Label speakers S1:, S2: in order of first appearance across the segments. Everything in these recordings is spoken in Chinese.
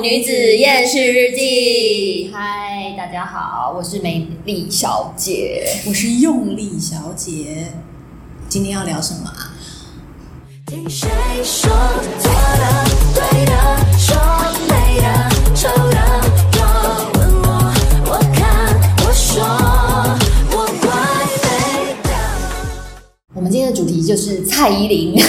S1: 女子厌世日记》。嗨，大家好，我是美丽小姐。
S2: 我是用力小姐，今天要聊什么啊？
S3: 听谁说错的、对的、说美的、丑的，都问我，我看我说我完美的。
S1: 我们今天的主题就是蔡依林，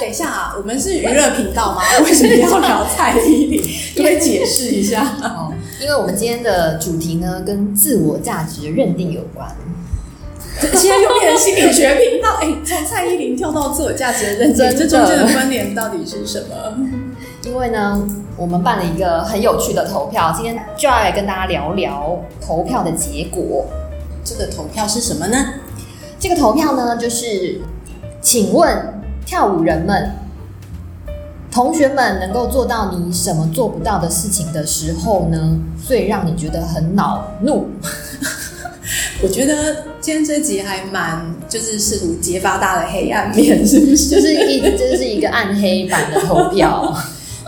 S2: 等一下啊，我们是娱乐频 道吗？为什么要聊蔡依林？可不可以解释一下？
S1: 哦因为我们今天的主题呢跟自我价值认定有关。
S2: 现在又变成心理学频道，哎、从蔡依林跳到自我价值的认定，
S1: 真
S2: 这
S1: 的
S2: 中间的关联到底是什么？
S1: 因为呢，我们办了一个很有趣的投票，今天就要来跟大家聊聊投票的结果。
S2: 这个投票是什么呢？
S1: 这个投票呢，就是请问跳舞人们，同学们能够做到你什么做不到的事情的时候呢，最让你觉得很恼怒？
S2: 我觉得今天这集还蛮，就是试图揭发大家的黑暗面，是不？
S1: 就是是一，这是一个暗黑版的投 票。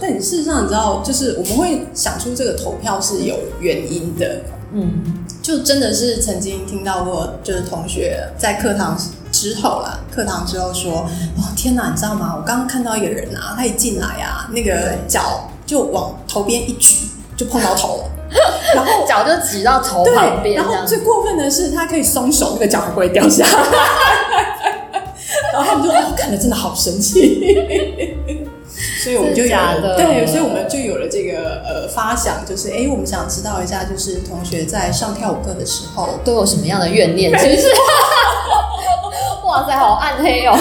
S2: 但你事实上，你知道，就是我们会想出这个投票是有原因的，
S1: 嗯，
S2: 就真的是曾经听到过，就是同学在课堂之后啦，课堂之后说，哦天哪，你知道吗？我刚刚看到一个人啊，他一进来啊，那个脚就往头边一举，就碰到头了。然后
S1: 脚就指到头旁
S2: 对，
S1: 边
S2: 然
S1: 这
S2: 后
S1: 样
S2: 最
S1: 子。
S2: 过分的是，他可以松手，那个脚还不会掉下来。 然后他们就哦，看着真的好神奇。所以我们就
S1: 真的
S2: 有
S1: 假的
S2: 对，所以我们就有了这个呃发想，就是哎，我们想知道一下，就是同学在上跳舞课的时候，
S1: 都有什么样的怨念？是不是？ 哇塞，好暗黑哦！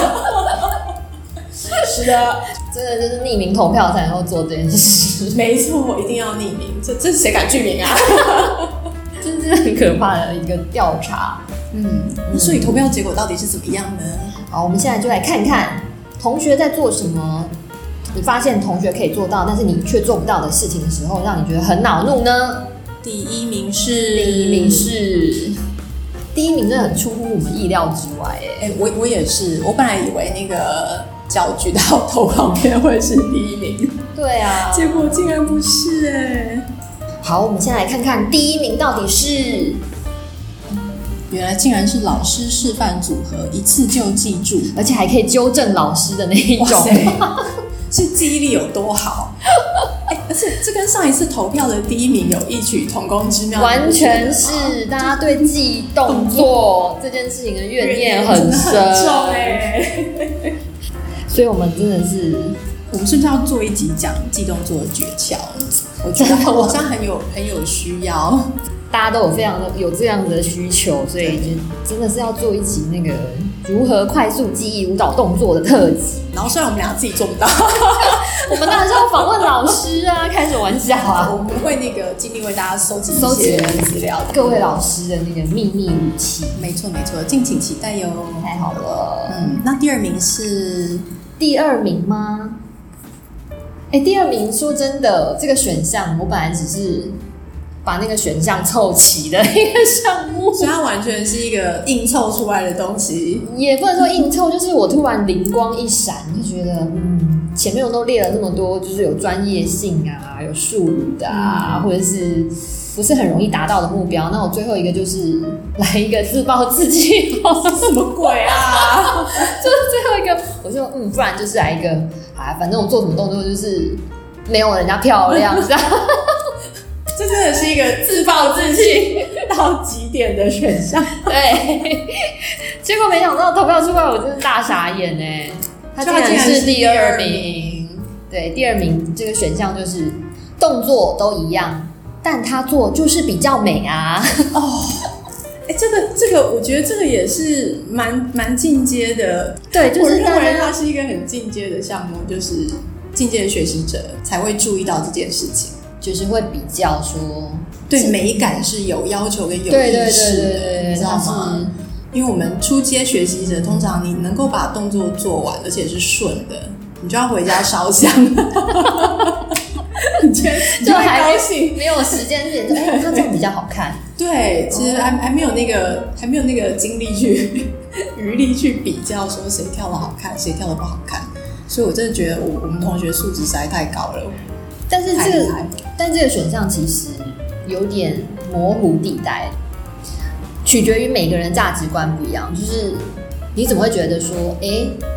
S2: 是的，
S1: 真的就是匿名投票才能够做这件事，
S2: 没错，一定要匿名，这这是谁敢具名啊？
S1: 真是很可怕的一个调查。
S2: 嗯，那所以投票结果到底是怎么样呢？
S1: 好，我们现在就来看看同学在做什么。你发现同学可以做到，但是你却做不到的事情的时候，让你觉得很恼怒呢？
S2: 第一名是
S1: 第一名是，第一名真的很出乎我们意料之外，哎，
S2: 哎、我我也是，我本来以为那个脚举到头旁边会是第一名，
S1: 对啊。
S2: 结果竟然不是哎、
S1: 好，我们先来看看第一名到底是
S2: 原来竟然是老师示范组合，一次就记住，
S1: 而且还可以纠正老师的那一
S2: 哇
S1: 种。
S2: 塞， 是记忆力有多好？ 哎、而且这跟上一次投票的第一名有异曲同工之妙，
S1: 完全是大家对记忆动作这件事情的怨念很深，
S2: 真的很重哎、
S1: 所以我们真的是
S2: 我们是不是要做一集讲记动作的诀窍？我 觉得好像很有很有需要。
S1: 大家都有非常的有这样子的需求，所以就真的是要做一集那个如何快速记忆舞蹈动作的特辑。
S2: 然后虽然我们俩自己做不到，
S1: 我们当然是要访问老师啊，开什么玩笑啊！
S2: 我们会那个尽力为大家搜集
S1: 搜
S2: 一
S1: 集
S2: 些资料。
S1: 各位老师的那个秘密武器，
S2: 没错没错，敬请期待哟。
S1: 太好了。
S2: 嗯，那第二名是
S1: 第二名吗？哎、第二名，说真的，这个选项我本来只是把那个选项凑齐的一个项目，
S2: 所以它完全是一个硬凑出来的东西。
S1: 也不能说硬凑，就是我突然灵光一闪，就觉得，嗯，前面我都列了那么多，就是有专业性啊，有术语的啊，或者是不是很容易达到的目标。那我最后一个就是来一个自暴自弃好了，
S2: 什么鬼啊？
S1: 就是最后一个，我就嗯，不然就是来一个啊，反正我做什么动作就是没有人家漂亮，这样。
S2: 这真的是一个自暴自弃到极点的选项。
S1: 对，结果没想到投票出来，我真是大傻眼哎、他竟然是第二名。
S2: 名，
S1: 对，第二名这个选项就是动作都一样，但他做就是比较美啊。
S2: 哎、这个这个，我觉得这个也是蛮蛮进阶的。
S1: 对，就
S2: 我
S1: 是
S2: 认
S1: 大
S2: 为它
S1: 家
S2: 是一个很进阶的项目，就是进阶的学习者才会注意到这件事情。
S1: 就是会比较说，
S2: 对美感是有要求跟有
S1: 对对
S2: 意
S1: 对
S2: 识
S1: 对
S2: 的，
S1: 对
S2: 你
S1: 对，
S2: 知道
S1: 他是
S2: 吗？因为我们初阶学习者，通常你能够把动作做完，而且是顺的，你就要回家烧香。 你觉得你
S1: 就
S2: 就会
S1: 还
S2: 高兴？
S1: 没有时 间点，哎、他这样比较好看。
S2: 对，其实还还没有那个还没有那个精力去余力去比较说谁跳的好看，谁跳的不好看。所以我真的觉得我我们同学素质实在太高了。
S1: 但是
S2: 太
S1: 这
S2: 厉
S1: 个
S2: 害。
S1: 但这个选项其实有点模糊地带，取决于每个人价值观不一样。就是你怎么会觉得说，哎、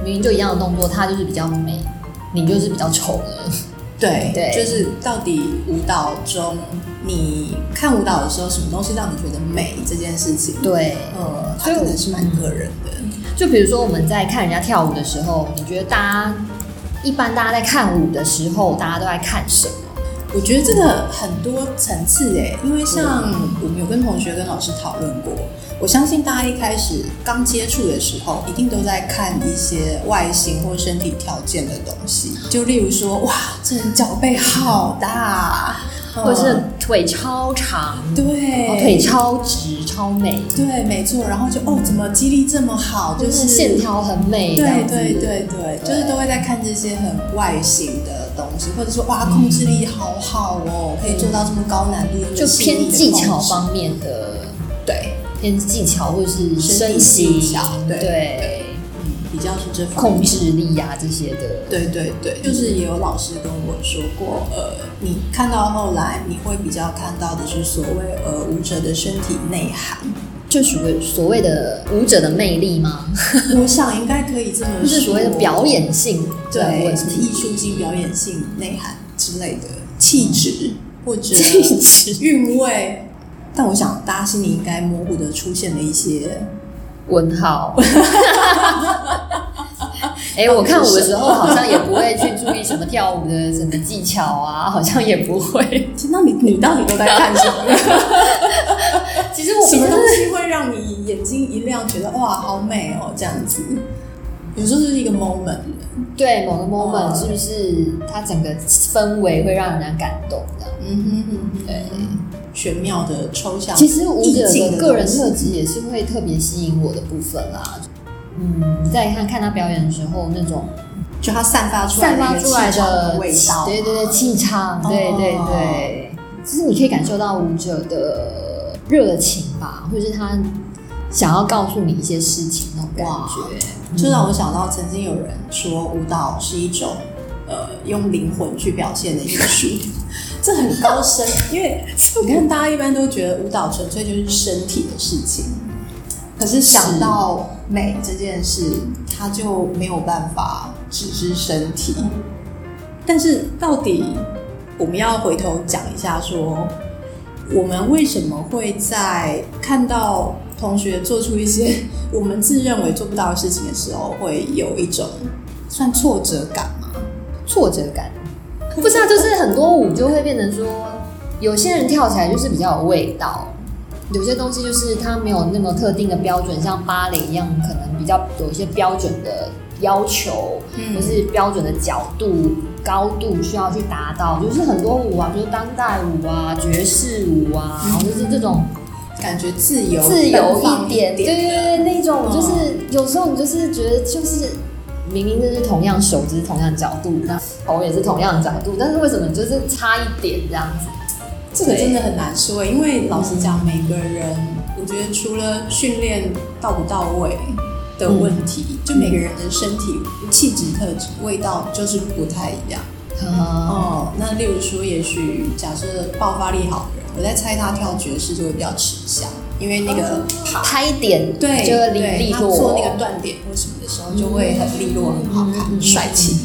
S1: 明明就一样的动作，她就是比较美，你就是比较丑呢？
S2: 对，
S1: 对
S2: 就是到底舞蹈中，你看舞蹈的时候，什么东西让你觉得美这件事情，
S1: 对，
S2: 呃，它
S1: 所以
S2: 可
S1: 我
S2: 能是蛮个人的。
S1: 就比如说我们在看人家跳舞的时候，你觉得大家一般大家在看舞的时候，大家都在看什么？
S2: 我觉得这个很多层次诶，因为像
S1: 嗯
S2: 我们有跟同学跟老师讨论过，我相信大家一开始刚接触的时候，一定都在看一些外形或身体条件的东西，就例如说，哇，这人脚背好大，嗯
S1: 或者是腿超长，
S2: 对、
S1: 然后腿超直、超美，
S2: 对，没错，然后就哦，怎么肌力这么好，
S1: 就
S2: 就是
S1: 嗯线条很美，这
S2: 对
S1: 样子
S2: 对对对，就是都会在看这些很外形的东西，或者说
S1: 嗯
S2: 哇，控制力好好哦，可以做到这么高难度的
S1: 就
S2: 细
S1: 偏
S2: 腻的
S1: 技
S2: 控
S1: 巧
S2: 制
S1: 方面的，
S2: 对，
S1: 偏技巧或者是
S2: 身
S1: 身
S2: 体
S1: 形
S2: 技巧，对
S1: 对
S2: 嗯，比较是这方
S1: 控
S2: 面。
S1: 制力啊这些的，
S2: 对对对，就是也有老师跟我说过，呃，你看到后来，你会比较看到的是所谓呃舞者的身体内 涵。
S1: 就属于所谓的舞者的魅力吗？
S2: 我想应该可以这么
S1: 就
S2: 说，
S1: 是所谓的表演性的
S2: 对
S1: 问
S2: 什么
S1: 题，
S2: 艺术性、表演性、内涵之类的气质或者
S1: 气 质、
S2: 韵味。但我想大家心里应该模糊的出现了一些，
S1: 文豪。 哎、我看舞的时候好像也不会去注意什么跳舞的什么技巧啊，好像也不会。
S2: 其实那你你到底都在看什 么？
S1: 其实我
S2: 什
S1: 平
S2: 么
S1: 常
S2: 东西会让你眼睛一亮，觉得哇好美哦这样子？有时候就是一个 moment，
S1: 对某个 moment
S2: 嗯
S1: 是不是它整个氛围会让人家感动这样？
S2: 嗯哼哼哼，对，玄妙的抽象，
S1: 其实舞者
S2: 意境
S1: 的
S2: 的
S1: 个人
S2: 东西
S1: 特质也是会特别吸引我的部分啦。嗯，你再看看他表演的时候那种
S2: 就它散发出来
S1: 散
S2: 的
S1: 发
S2: 一个
S1: 出来
S2: 气场
S1: 的
S2: 味道，
S1: 对对对，气场，
S2: 哦
S1: 对对对，其实你可以感受到舞者的热情吧，或者是他想要告诉你一些事情那种感
S2: 哇
S1: 觉。嗯
S2: 就让我想到曾经有人说舞蹈是一种呃用灵魂去表现的艺术，这很高深，因 为你看大家一般都觉得舞蹈纯粹就是身体的事情，可是想到美这件事，它就没有办法只是身体。但是到底我们要回头讲一下说我们为什么会在看到同学做出一些 我们自认为做不到的事情的时候，会有一种算挫折感吗？
S1: 挫折感。不是啊，就是很多舞就会变成说，有些人跳起来就是比较有味道，有些东西就是它没有那么特定的标准，像芭蕾一样，可能比较有一些标准的要求，
S2: 嗯
S1: 或是标准的角度、高度需要去达到。就是很多舞啊，就是当代舞啊、爵士舞啊，
S2: 嗯
S1: 或者是这种
S2: 感觉自由
S1: 自由
S2: 奔放啊
S1: 一点，对对对，那种
S2: 嗯
S1: 就是、有时候你就是觉得就是明明就是同样手只是同样角度，那头也是同样的角度，但是为什么你就是差一点这样子？
S2: 这个真的很难说，欸因为老实讲，每个人我觉得除了训练到不到位的问题，
S1: 嗯
S2: 就每个人的身体气质特质、味道就是不太一样。
S1: 嗯
S2: 哦，那例如说，也许假设爆发力好的人，我在猜他跳爵士就会比较吃香，因为那个爬、
S1: 拍点
S2: 对，
S1: 哦就会利
S2: 对
S1: 利
S2: 他做
S1: 落，
S2: 那个断点或什么的时候，就会很利落、很好
S1: 嗯嗯
S2: 看、帅气。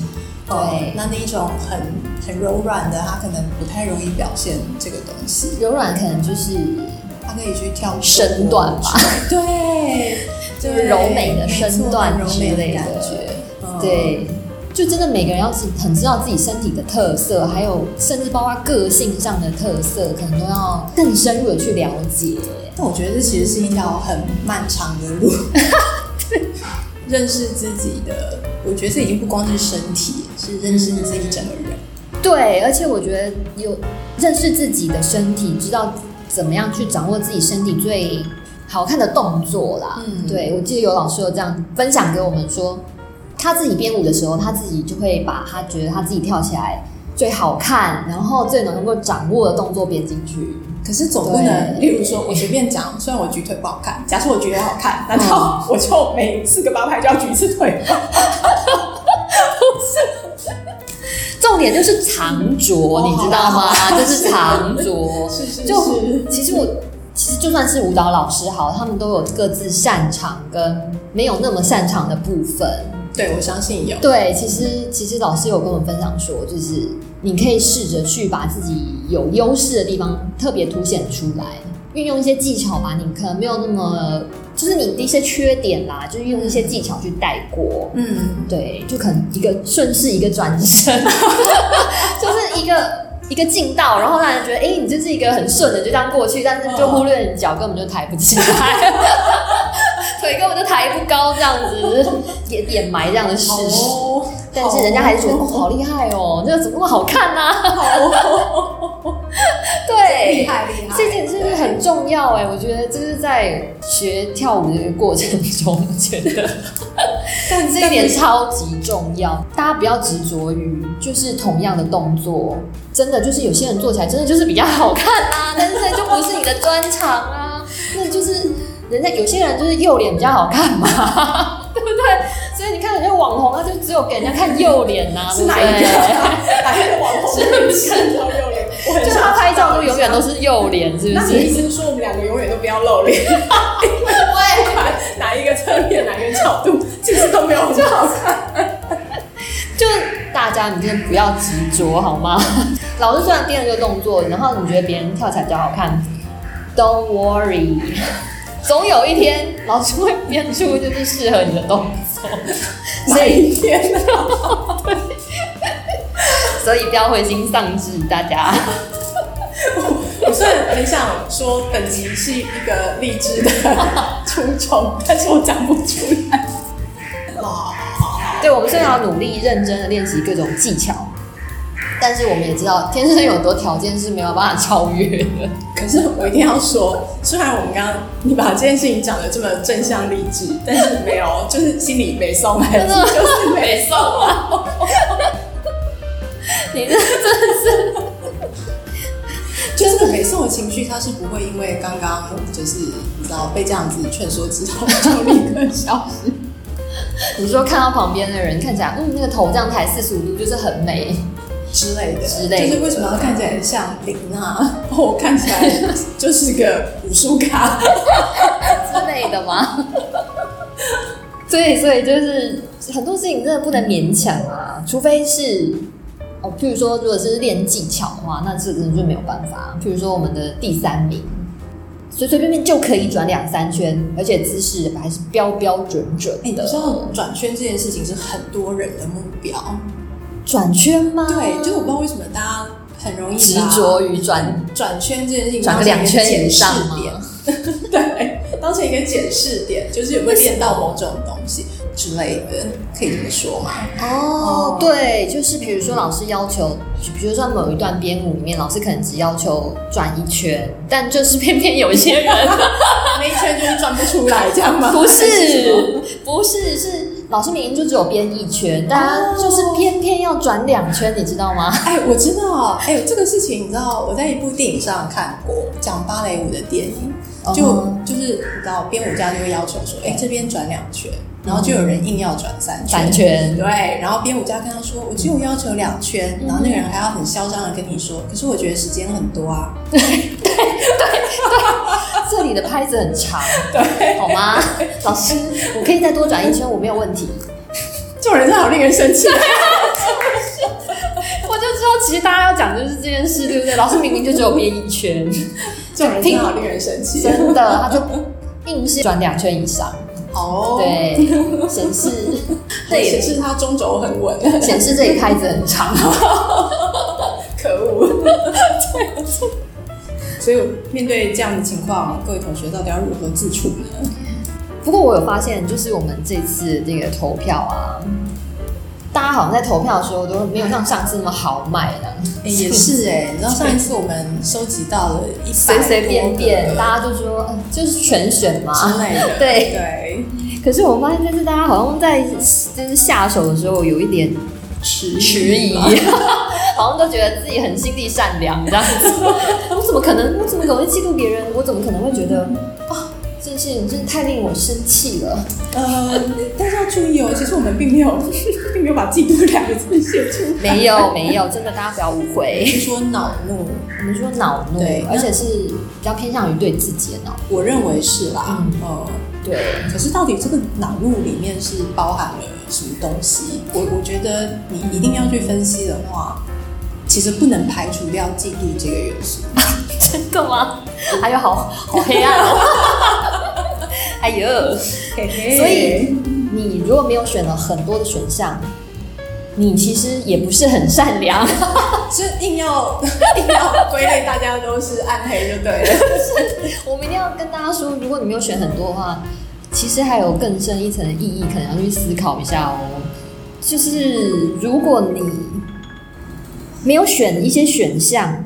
S2: 哦
S1: 对
S2: 那那一种很很柔软的，他可能不太容易表现这个东西。
S1: 柔软可能就是
S2: 他可以去跳
S1: 身段吧，
S2: 对，
S1: 就是柔美的身段
S2: 没错
S1: 之
S2: 柔美
S1: 类
S2: 的
S1: 的
S2: 感觉，嗯，
S1: 对。就真的每个人要是很知道自己身体的特色，还有甚至包括个性上的特色，可能都要更深入的去了解。
S2: 但我觉得这其实是一条很漫长的 路，认识自己的，我觉得这已经不光是身体，是认识自己整个人。
S1: 对，而且我觉得有认识自己的身体，知道怎么样去掌握自己身体最好看的动作啦。
S2: 嗯
S1: 对我记得有老师有这样分享给我们说，他自己编舞的时候，他自己就会把他觉得他自己跳起来最好看，然后最能够掌握的动作编进去。
S2: 可是总不能，
S1: 对
S2: 例如说我随便讲，虽然我举腿不好看，假设我举腿 好看，难道我就每四个八拍就要举一次腿吗？
S1: 重重点就是藏拙，
S2: 哦
S1: 你知道吗？就是藏拙。
S2: 是是，
S1: 嗯就是其实我其实就算是舞蹈老师好，他们都有各自擅长跟没有那么擅长的部分。
S2: 对我相信有，
S1: 对，其实其实老师有跟我们分享说，就是你可以试着去把自己有优势的地方特别凸显出来，运用一些技巧吧。你可能没有那么，就是你的一些缺点啦，就是用一些技巧去带过。
S2: 嗯，
S1: 对，就可能一个顺势一个转身， 就是一个一个劲道，然后让人觉得，哎、你就是一个很顺的就这样过去，但是就忽略你脚根本就抬不起来， 腿根本就抬不高，这样子掩掩埋这样的事实。
S2: 哦，
S1: 但是人家还是觉得
S2: 好哦
S1: 哦好厉害哦，这个怎么那么好看呢、啊
S2: 好厉
S1: 对，
S2: 害厉害，
S1: 这点真的很重要哎，我觉得这是在学跳舞的这个过程中，我觉得
S2: 但
S1: 这一点超级重要。大家不要执着于就是同样的动作，真的就是有些人做起来真的就是比较好看啊， 但是那就不是你的专长啊，那就是人家有些人就是右脸比较好看嘛， 对不对？所以你看人家网红啊，就只有给人家看右脸呐、啊，
S2: 是哪一个
S1: 对不对？
S2: 哪一个网红是不是看到右脸？我很
S1: 就他
S2: 想
S1: 拍照都永远都是右脸，是不
S2: 那你的意
S1: 是？
S2: 思是说我们两个永远都不要 露脸？不管哪一个侧面、哪一个角度，其实都没有很好看。
S1: 就大家，你真的不要执着好吗？ 老是虽然编了这个动作，然后你觉得别人跳起来比较好看，Don't worry，总有一天老师会编出就是适合你的动作，所
S2: 哪
S1: 以
S2: 一天呢？
S1: 所以不要灰心丧志，大家。
S2: 我虽然很想说本集是一个励志的初衷，但是我讲不出来。哇，
S1: 对，我们虽然要努力认真的练习各种技巧，但是我们也知道天生有很多条件是没有办法超越的。
S2: 可是我一定要说，虽然我们刚刚你把这件事情讲的这么正向励志，但是没有， 就是心里没松，还是就是没啊松。
S1: 你这
S2: 就是那个北宋的情绪，它是不会因为刚刚就是你知道被这样子劝说之后就立刻消失。
S1: 你说看到旁边的人看起来，嗯，那个头这样抬四十五度就是很美，
S2: 之类的，
S1: 之类的
S2: 就是为什么要看起来像林娜？我看起来就是个武术咖，
S1: 之类的吗？ 所以，所以就是很多事情真的不能勉强啊，除非是哦，譬如说，如果是练技巧的话，那这真的就没有办法。譬如说，我们的第三名，随随便便就可以转两三圈，而且姿势还是标标准准
S2: 哎你知
S1: 的。
S2: 道转圈这件事情是很多人的目标，
S1: 转圈吗？
S2: 对，就我不知道为什么大家很容易
S1: 执
S2: 把
S1: 着于转
S2: 转圈这件事情，
S1: 转个两圈以上吗？
S2: 对，当成一个检视点，就是有没有练到某种东西之类的，可以这么说吗？
S1: 哦
S2: 哦，
S1: 对，就是比如说老师要求，比如说某一段编舞里面，老师可能只要求转一圈，但就是偏偏有一些人
S2: 那一圈就是转不出来，这样吗？
S1: 不
S2: 还什么
S1: 是不是是老师明明就只有编一圈，但他就是偏偏要转两圈，你知道 吗？
S2: 哎，我知道，哎，这个事情你知道，我在一部电影上看过，讲芭蕾舞的电影，就、
S1: 嗯
S2: 就是你知道，编舞家就会要求说，哎，这边转两圈，然后就有人硬要转嗯三圈，嗯
S1: 三圈
S2: 对，然后编舞家跟他说，我只有要求两圈，然后那个人还要很嚣张的跟你说，可是我觉得时间很多啊，
S1: 这里的拍子很长， 对，好吗？老师，我可以再多转一圈，我没有问题。
S2: 这种人真的好令人生 气。
S1: 我就知道，其实大家要讲就是这件事，对不对？老师明明就只有编一圈，
S2: 这种人真的好令人生 气。
S1: 真的，他就硬是转两圈以上。
S2: 好、哦，，
S1: 对，显示对
S2: 显示他中轴很稳，
S1: 显示这里拍子很长，
S2: 可恶。 所以面对这样的情况，各位同学到底要如何自处呢？
S1: 不过我有发现，就是我们这次这个投票啊，大家好像在投票的时候都没有像上次那么豪迈呢，
S2: 诶也是哎、你知道上一次我们收集到了一百
S1: 随随便便，
S2: 多
S1: 大家就说、嗯就是全选
S2: 个之
S1: 嘛。
S2: 类的，
S1: 对
S2: 对，
S1: 可是我发现这次大家好像在就是下手的时候有一点
S2: 迟
S1: 迟疑， 好像都觉得自己很心地善良这样子。我怎么可能？我怎么可能会嫉妒别人？我怎么可能会觉得啊，这件事情真的太令我生气了？
S2: 呃，但是要注意哦，其实我们并没有， 并没有把嫉妒两个字写出来。
S1: 没有没有，真的大家不要误
S2: 比
S1: 会。
S2: 如说恼怒，
S1: 我们说恼怒
S2: 对，
S1: 而且是比较偏向于对自己的恼怒。
S2: 我认为是啦，
S1: 嗯
S2: 呃，
S1: 对，
S2: 可是到底这个恼怒里面是包含了什么东西？我我觉得你一定要去分析的话，其实不能排除掉嫉妒这个元素。
S1: 真的 吗？哎呦，好好黑暗哦！ 哎呦，所
S2: 所
S1: 以你如果没有选了很多的选项，你其实也不是很善良。
S2: 这硬要 硬要归类，大家都是暗黑就对了。
S1: 我们一定要跟大家说，如果你没有选很多的话，其实还有更深一层的意义，可能要去思考一下哦。就是如果你没有选一些选项，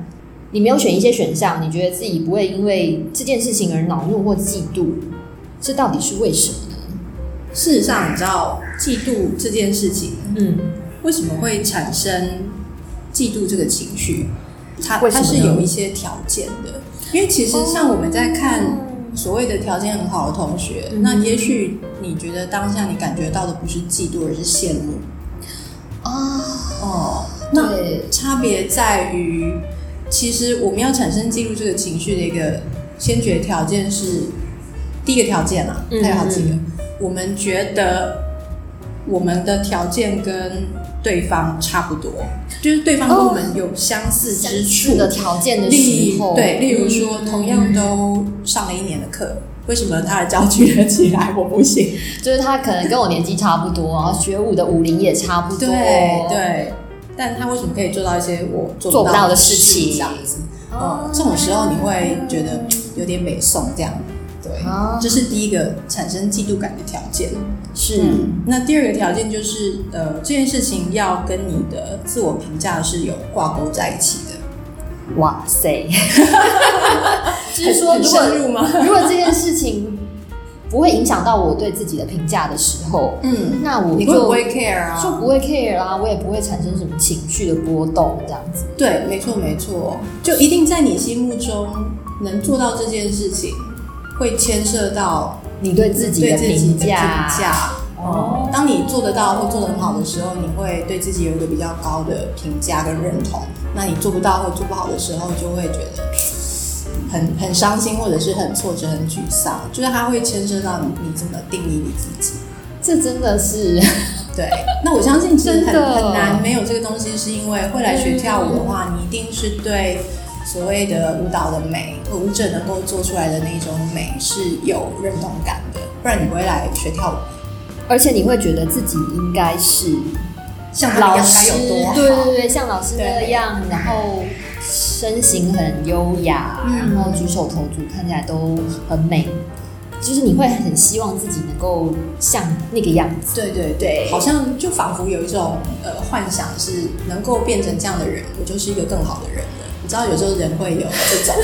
S1: 你没有选一些选项，你觉得自己不会因为这件事情而恼怒或嫉妒，这到底是为什么呢？
S2: 事实上，你知道嫉妒这件事情
S1: 嗯，
S2: 为什么会产生嫉妒这个情绪？它
S1: 为什
S2: 它
S1: 么呢
S2: 是有一些条件的，因为其实像我们在看所谓的条件很好的同学，
S1: 哦嗯
S2: 那也许你觉得当下你感觉到的不是嫉妒，而是羡慕。
S1: 啊，
S2: 哦，那
S1: 对
S2: 差别在于，其实我们要产生记录这个情绪的一个先决条件是，第一个条件啊，
S1: 嗯
S2: 它有好几个，
S1: 嗯
S2: 我们觉得我们的条件跟对方差不多，就是对方跟我们有相似之处。
S1: 的条件的
S2: 例
S1: 时候，
S2: 对，例如说，同样都上了一年的课，为什么他的教具了起来我不行？
S1: 就是他可能跟我年纪差不多，然后学舞的舞龄也差不多，
S2: 对对，但他为什么可以做到一些我做
S1: 做不到
S2: 的
S1: 的事情
S2: 这样子？
S1: 哦
S2: 嗯，这种时候你会觉得嘖有点美颂这样。对
S1: 啊，
S2: 这是第一个产生嫉妒感的条件。
S1: 是，
S2: 嗯，那第二个条件就是，呃，这件事情要跟你的自我评价是有挂钩在一起的。
S1: 哇塞，就是说
S2: 很
S1: 如
S2: 深
S1: 果
S2: 入 吗？
S1: 如果这件事情不会影响到我对自己的评价的时候，
S2: 嗯，
S1: 那我
S2: 你
S1: 就
S2: 会不会 care 啊？
S1: 就不会 care 啦，我也不会产生什么情绪的波动，这样子。
S2: 对，没错没错，就一定在你心目中能做到这件事情，会牵涉到
S1: 你对自己
S2: 对
S1: 的
S2: 自己
S1: 评
S2: 的评
S1: 价，
S2: 价。
S1: 哦
S2: 哦，当你做得到或做得很好的时候，你会对自己有一个比较高的评价跟认同。那你做不到或做不好的时候，就会觉得很很伤心，或者是很挫折、很沮丧。就是它会牵涉到你你怎么定义你自己。
S1: 这真的是
S2: 对，那我相信其实
S1: 真
S2: 很
S1: 的嗯
S2: 很难没有这个东西，是因为会来学跳舞的话，你一定是对所谓的舞蹈的美，和舞者能够做出来的那种美是有认同感的，不然你不会来学跳舞。
S1: 而且你会觉得自己应该是
S2: 像 他
S1: 老
S2: 们一样该
S1: 师，
S2: 有多好？
S1: 对对对，像老师那
S2: 对
S1: 样，然后身形很优雅，
S2: 嗯
S1: 然后举手投足看起来都很美，就是你会很希望自己能够像那个样子。
S2: 对对
S1: 对
S2: 对，好像就仿佛有一种呃幻想是能够变成这样的人，我就是一个更好的人了。你知道有时候人会有 这种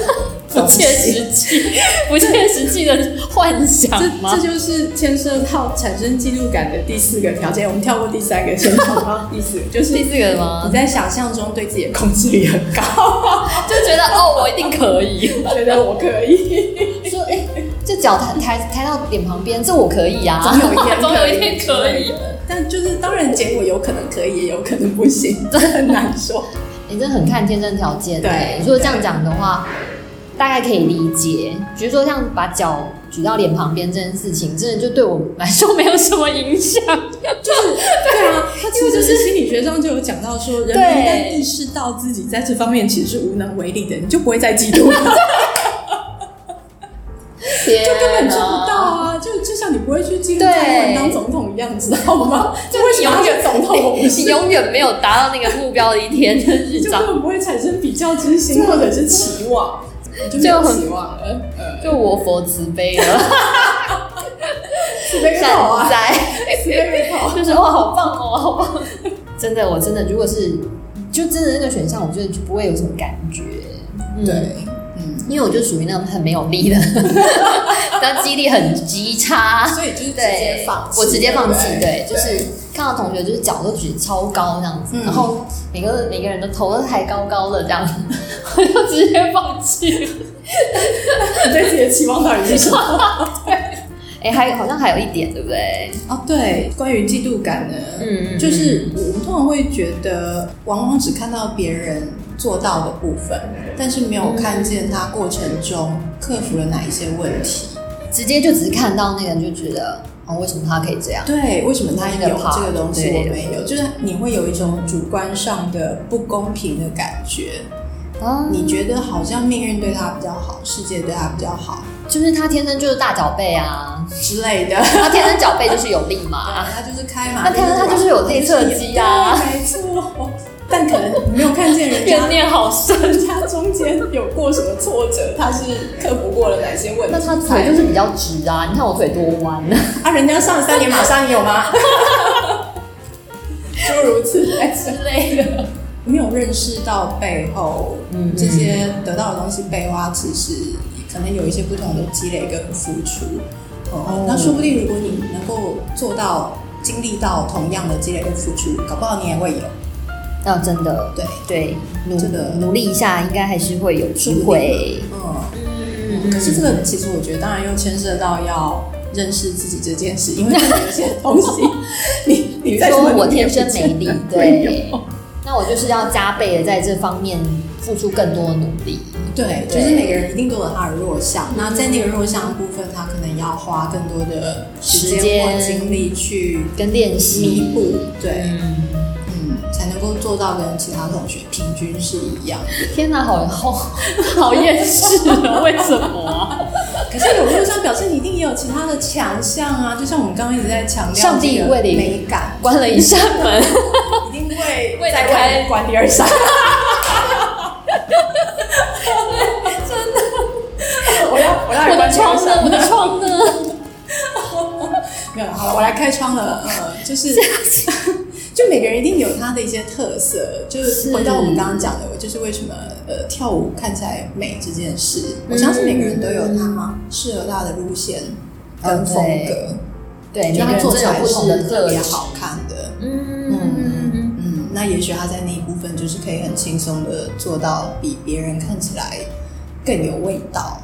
S1: 不切实际、 不切实际的幻想
S2: 这
S1: 吗
S2: 这？就是牵涉到产生记录感的第四个条件。我们跳过第三个，先跳到第四个，就是
S1: 第四个吗
S2: 你？在想象中对自己的控制力很 高，
S1: 就觉得哦，我一定可 以。
S2: 觉得我可以。
S1: 说哎，这脚抬抬抬到脸旁边，这我可以啊，
S2: 总有一 天，
S1: 总有一天可以。。
S2: 但就是当然，结果有可能可以，也有可能不行，这很难说。
S1: 你真的很看天生条件、
S2: 对
S1: 欸。如果这样讲的话，大概可以理解。比如说像把脚举到脸旁边这件事情，真的就对我来说没有什么影响。
S2: 对啊，他其实就是心理学上就有讲到说，人
S1: 对
S2: 一旦意识到自己在这方面其实是无能为力的，你就不会再嫉 妒了，
S1: 就
S2: 就根本做不到。啊！就就像你不会去嫉妒
S1: 对
S2: 蔡英文当总统一样，知道吗？ 就为什么他
S1: 永远
S2: 是总统我不是
S1: 你？永远没有达到那个目标的一天，日
S2: 就
S1: 长
S2: 根。本不会产生比较之心或者是期望，你就没有期望了。呃，
S1: 就我佛慈悲 了，
S2: 慈悲好
S1: 善
S2: 啊，
S1: 哉。
S2: 慈悲好。
S1: 就是哇，好棒哦，好棒！真的，我真的，如果是就真的那个选项，我觉得就不会有什么感觉。嗯
S2: 对，嗯，
S1: 因为我就属于那种很没有 力的，但记忆力很极差，
S2: 所以就是直
S1: 对，
S2: 接放弃，
S1: 我直接放弃，
S2: 不
S1: 对，就是看到同学就是脚都举超高这样子，
S2: 嗯
S1: 然后每个每个人的头都抬高高的这样 子，我就直接放弃了。
S2: 你对自己的期望到底是什么？
S1: 哎、 哎，还有好像还有一点，对不对？
S2: 哦，对，关于嫉妒感呢，
S1: 嗯
S2: 就是我们通常会觉得，往往只看到别人做到的部分，但是没有看见他过程中克服了哪一些问题。
S1: 直接就只是看到那个人就觉得，哦，为什么他可以这样？
S2: 对，为什么他有
S1: 那个怕
S2: 这个东西我
S1: 对
S2: 没有？就是你会有一种主观上的不公平的感觉，
S1: 啊，
S2: 你觉得好像命运对他比较好，世界对他比较好
S1: 就是他天生就是大脚背 啊，
S2: 之类的。
S1: 他天生脚背就是有力嘛。
S2: 他就是开嘛，
S1: 啊那天生他就是有内侧肌啊
S2: 对没错。但可能你没有看见 人
S1: 怨
S2: 家
S1: 念好深，
S2: 人家中间有过什么挫折，他是克服过了哪些问 题？
S1: 那他腿就是比较直啊，你看我腿多 弯啊。
S2: 啊，人家上三年马上有吗？诸如此类之类的，没有认识到背后，
S1: 嗯
S2: 这些得到的东西背后，它其实可能有一些不同的积累跟付出。哦，那说不定如果你能够做到经历到同样的积累跟付出，搞不好你也会有。
S1: 那真的，
S2: 对，
S1: 对，努
S2: 这个
S1: 努力一下，应该还是会有
S2: 说
S1: 机
S2: 不
S1: 会
S2: 定。嗯，可是这个其实我觉得，当然又牵涉到要认识自己这件事，因为真的 有些东西，你你在
S1: 说
S2: 什么
S1: 我
S2: 里面
S1: 天生没
S2: 不见
S1: 力
S2: 得，会有
S1: 对，那我就是要加倍的在这方面付出更多的努力。
S2: 对，
S1: 对
S2: 就是每个人一定都有他的弱项，那在那个弱项的部分，他可能要花更多的
S1: 时
S2: 时间
S1: 间
S2: 或精力去
S1: 跟练习
S2: 弥补，对，
S1: 嗯，
S2: 嗯，才能够做到跟其他同学平均是 一样的。
S1: 天哪，好好好厌世啊！为什么啊？
S2: 可是有弱项表示你一定也有其他的强项啊，就像我们刚刚一直在强调
S1: 上帝
S2: 这个
S1: 为你
S2: 美感，
S1: 关了一扇门，
S2: 一定会
S1: 为了
S2: 再
S1: 开
S2: 为你关第二扇。真的，我要我
S1: 我
S2: 要关
S1: 的
S2: 第二
S1: 窗呢
S2: 扇？
S1: 我的窗呢？
S2: 没有了，好了，我来开窗了。呃，就是就每个人一定有他的一些特色，就是
S1: 是
S2: 回到我们刚刚讲的，我就是为什么呃跳舞看起来美这件事，我相信每个人都有他适合他的路线跟风格，
S1: 对，每
S2: 就
S1: 个
S2: 他
S1: 人
S2: 做
S1: 真
S2: 起
S1: 的
S2: 来
S1: 有不同的
S2: 是特
S1: 特
S2: 别
S1: 质。
S2: 好看的。
S1: 嗯，
S2: 嗯，那也许他在那一部分就是可以很轻松的做到比别人看起来更有味道，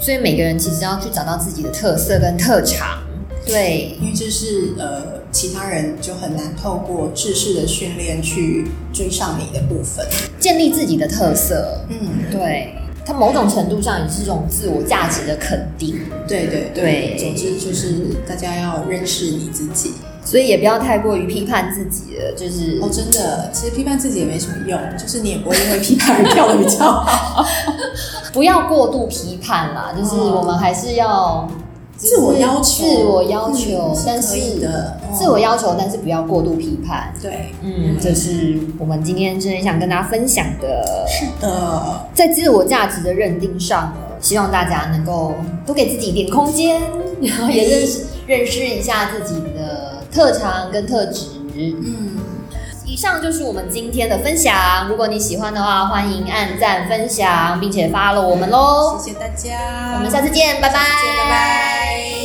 S1: 所以每个人其实要去找到自己的特色跟特长。对，
S2: 因为这是呃其他人就很难透过制式的训练去追上你的部分。
S1: 建立自己的特色。
S2: 嗯，
S1: 对，它某种程度上也是一种自我价值的肯定。
S2: 对对
S1: 对
S2: 总之就是大家要认识你自己。
S1: 所以也不要太过于批判自己了，就是
S2: 哦，真的，其实批判自己也没什么用，就是你也不会因为批判而跳的比较好。
S1: 不要过度批判啦，就是
S2: 嗯
S1: 我们还是要
S2: 自我要求
S1: 自我要求
S2: 嗯是，
S1: 但
S2: 可以的嗯
S1: 自我要求，但是不要过度批判。
S2: 对，
S1: 嗯，这是我们今天真的想跟大家分享的，
S2: 呃，
S1: 在自我价值的认定上呢，希望大家能够多给自己一点空间，然后也认识认识一下自己的特长跟特质。
S2: 嗯，
S1: 以上就是我们今天的分享。如果你喜欢的话，欢迎按赞、分享，并且发了我们喽。
S2: 谢谢大家，
S1: 我们下次见，拜拜，
S2: 见，拜拜。